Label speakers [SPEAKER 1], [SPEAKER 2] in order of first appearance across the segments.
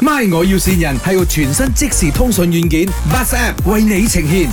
[SPEAKER 1] My 我要線人係個全新即時通訊軟件 Bus App 為你呈現。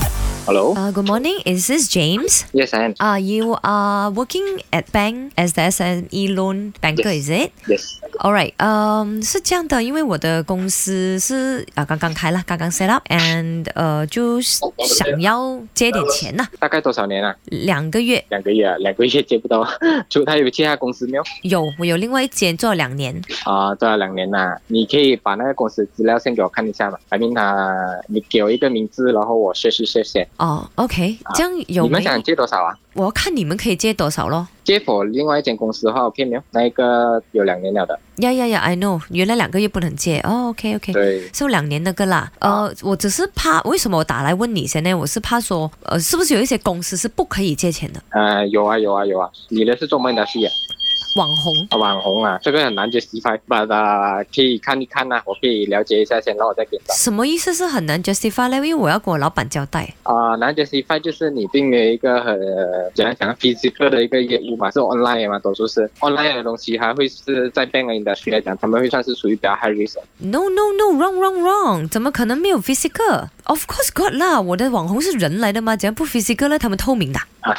[SPEAKER 2] Hello?
[SPEAKER 3] Uh, good morning. Is this James?
[SPEAKER 2] Yes, I am.
[SPEAKER 3] Uh, you are working at bank as the SME loan banker, is it?
[SPEAKER 2] Yes.
[SPEAKER 3] All right. Um, 是这样的，因为我的公司是啊、刚刚开了，刚刚 set up，and 呃就是想要借点钱呐、
[SPEAKER 2] 大概多少年啊？
[SPEAKER 3] 两个月
[SPEAKER 2] 两个月啊，两个月接不到。 就他有其他公司没有？
[SPEAKER 3] 有，我有另外一间做两年。
[SPEAKER 2] 啊，做了两年啦、你可以把那个公司资料先给我看一下嘛。I mean 啊，你给我一个名字，然后我试试试试。
[SPEAKER 3] 哦、o k
[SPEAKER 2] 啊
[SPEAKER 3] 这样有
[SPEAKER 2] 你
[SPEAKER 3] 没
[SPEAKER 2] 们
[SPEAKER 3] 有？
[SPEAKER 2] 想借多少啊？
[SPEAKER 3] 我要看你们可以借多少咯。
[SPEAKER 2] 借否另外一间公司的话，OK 没有？那一个有两年了的。
[SPEAKER 3] 呀呀呀，I know，原来两个月不能借。哦、o k OK。
[SPEAKER 2] 对，
[SPEAKER 3] 收两年那个啦，呃，我只是怕，为什么我打来问你先呢？我是怕说，呃，是不是有一些公司是不可以借钱的？
[SPEAKER 2] 呃，有啊有啊有啊。你的是做么的事业？
[SPEAKER 3] 网红
[SPEAKER 2] 啊网红啊，这个很难 justify，but 啊，可以看一看呐、我可以了解一下先，然后我再给你吧。
[SPEAKER 3] 什么意思是很难 justify 呢？因为我要跟我老板交代。
[SPEAKER 2] 啊、难 justify 就是你并没有一个很呃怎样讲 physical 的一个业务嘛，是 online 的嘛，多数是 online 的东西，还会是在 bank 的 industry 来讲，他们会算是属于比较 high risk 的。
[SPEAKER 3] No no no wrong wrong wrong，怎么可能没有 physical？Of course got 啦，我的网红是人来的吗？怎样不 physical 呢？他们透明的啊。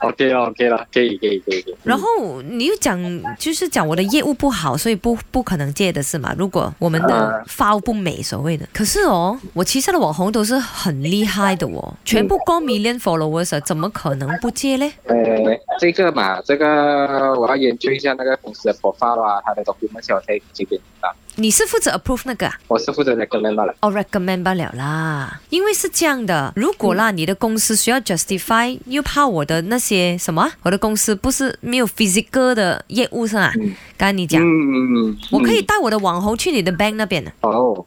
[SPEAKER 2] OK 了 OK 了，可以可以可以。可以
[SPEAKER 3] 嗯然后你又讲，就是讲我的业务不好，所以不不可能借的是嘛？如果我们的
[SPEAKER 2] 啊
[SPEAKER 3] 发不美所谓的，可是哦，我旗下的网红都是很厉害的
[SPEAKER 2] 嗯
[SPEAKER 3] 哦，全部过 million followers，啊怎么可能不借嘞？
[SPEAKER 2] 呃，这个嘛，这个我要研究一下那个公司的 profile 啊，它的 document 我再这边啊，
[SPEAKER 3] 你是负责 approve 那个啊？
[SPEAKER 2] 我是负责 recommend 罢了。
[SPEAKER 3] 哦 recommend 不了啦，因为是这样的，如果啦，
[SPEAKER 2] 嗯
[SPEAKER 3] 你的公司需要 justify，又怕我的那些什么啊，我的公司不是没有 physical 的业务是吧？
[SPEAKER 2] 嗯
[SPEAKER 3] 刚才你讲，
[SPEAKER 2] 嗯，嗯
[SPEAKER 3] 我可以带我的网红去你的 bank 那边的。啊
[SPEAKER 2] 哦，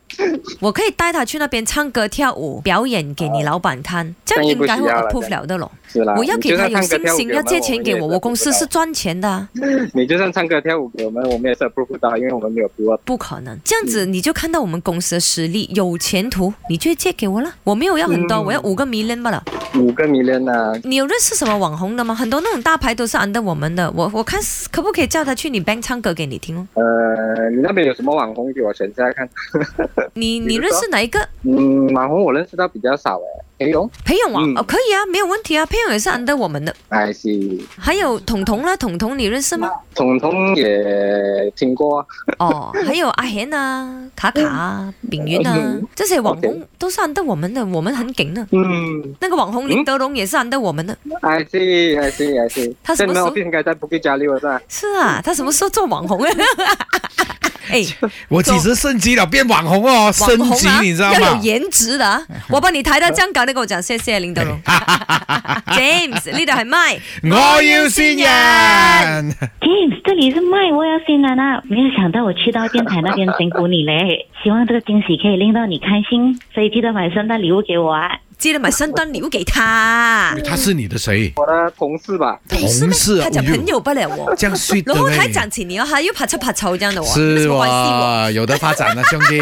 [SPEAKER 3] 我可以带他去那边唱歌跳舞表演给你老板看，这样
[SPEAKER 2] 那也
[SPEAKER 3] 应
[SPEAKER 2] 不需
[SPEAKER 3] 该
[SPEAKER 2] 要
[SPEAKER 3] 会
[SPEAKER 2] 了啊
[SPEAKER 3] approve 了的咯。
[SPEAKER 2] 是啦。
[SPEAKER 3] 我要
[SPEAKER 2] 你
[SPEAKER 3] 给
[SPEAKER 2] 就
[SPEAKER 3] 他
[SPEAKER 2] 算
[SPEAKER 3] 有
[SPEAKER 2] 唱歌
[SPEAKER 3] 信
[SPEAKER 2] 跳舞
[SPEAKER 3] 心，
[SPEAKER 2] 给
[SPEAKER 3] 要
[SPEAKER 2] 我们
[SPEAKER 3] 借钱给我，我公司是。赚钱的啊，
[SPEAKER 2] 们也不知道你就算唱歌跳舞给我们，我们也是 approve 不到，因为我们没有 approve。
[SPEAKER 3] 不可能。这样子你就看到我们公司的实力有前途，你就借给我了。我没有要很多，
[SPEAKER 2] 嗯
[SPEAKER 3] 我要五个 million 罢了。
[SPEAKER 2] 五个 million 啊，
[SPEAKER 3] 你有认识什么网红的吗？很多那种大牌都是 under 我们的。我我看是可不可以叫他去你 bank 唱歌给你听哦？
[SPEAKER 2] 呃，你那边有什么网红给我选一下看？比
[SPEAKER 3] 你你
[SPEAKER 2] 如
[SPEAKER 3] 认
[SPEAKER 2] 说
[SPEAKER 3] 识哪一个？
[SPEAKER 2] 嗯，网红我认识到比较少诶，裴勇
[SPEAKER 3] 裴勇啊
[SPEAKER 2] 嗯，
[SPEAKER 3] 哦可以啊，没有问题啊，裴勇也是 under 我们的。
[SPEAKER 2] ，I see，
[SPEAKER 3] 还有彤彤啦，彤彤你认识吗？
[SPEAKER 2] 彤彤也听过，
[SPEAKER 3] 哦，还有阿贤 啊、卡卡啊、炳云啊
[SPEAKER 2] 嗯，
[SPEAKER 3] 这些网红
[SPEAKER 2] OK
[SPEAKER 3] 都是按得我们的，我们很劲的。啊
[SPEAKER 2] 嗯
[SPEAKER 3] 那个网红林德龙也是按得我们的，
[SPEAKER 2] ，I see，I see，I see，
[SPEAKER 3] 他什
[SPEAKER 2] 你
[SPEAKER 3] 么
[SPEAKER 2] 们
[SPEAKER 3] 时候
[SPEAKER 2] office 应该在 Bukit 加六是吧？
[SPEAKER 3] 是啊，他什么时候做网 红啊？哎，
[SPEAKER 1] 我其实嗯升级了，变网红哦，
[SPEAKER 3] 网
[SPEAKER 1] 升
[SPEAKER 3] 红
[SPEAKER 1] 级
[SPEAKER 3] 啊，
[SPEAKER 1] 你知道
[SPEAKER 3] 要有
[SPEAKER 1] 吗？嗯
[SPEAKER 3] 颜值的啊！我把你抬到香港，你跟我讲，谢谢林德龙 ，James，呢度系麦，
[SPEAKER 1] 我要線人。
[SPEAKER 4] James，这里是麦，我要新兰啊！没有想到我去到电台那边辛苦你嘞，希望这个惊喜可以令到你开心，所以记得买圣诞礼物给我啊！
[SPEAKER 3] 记得买圣诞礼物给他，
[SPEAKER 1] 他是你的谁？
[SPEAKER 2] 我的同事吧，
[SPEAKER 1] 同
[SPEAKER 3] 咩
[SPEAKER 1] 事啊
[SPEAKER 3] 他讲
[SPEAKER 1] 哎呦
[SPEAKER 3] 朋友不了我，
[SPEAKER 1] 这样 sweet 的
[SPEAKER 3] 然后
[SPEAKER 1] 嘞
[SPEAKER 3] 他讲起你哦，他又怕臭怕臭这样的哦，有什
[SPEAKER 1] 是
[SPEAKER 3] 么关系我。
[SPEAKER 1] 我，有的发展啊了，兄弟。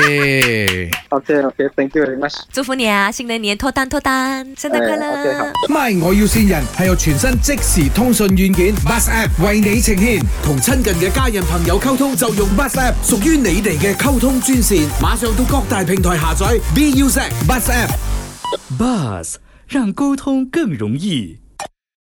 [SPEAKER 2] OK，OK，Thank、you very much。
[SPEAKER 3] 祝福你啊，新的一年脱单脱单，圣诞快乐！
[SPEAKER 2] 哎，OK，好
[SPEAKER 1] My 我要線人係由全新即時通訊軟件 Bus App 為你呈現，同親近嘅家人朋友溝通就用 Bus App，屬於你哋嘅溝通專線。馬上到各大平台下載 BUZ Bus App。
[SPEAKER 5] Buzz 让沟通更容易。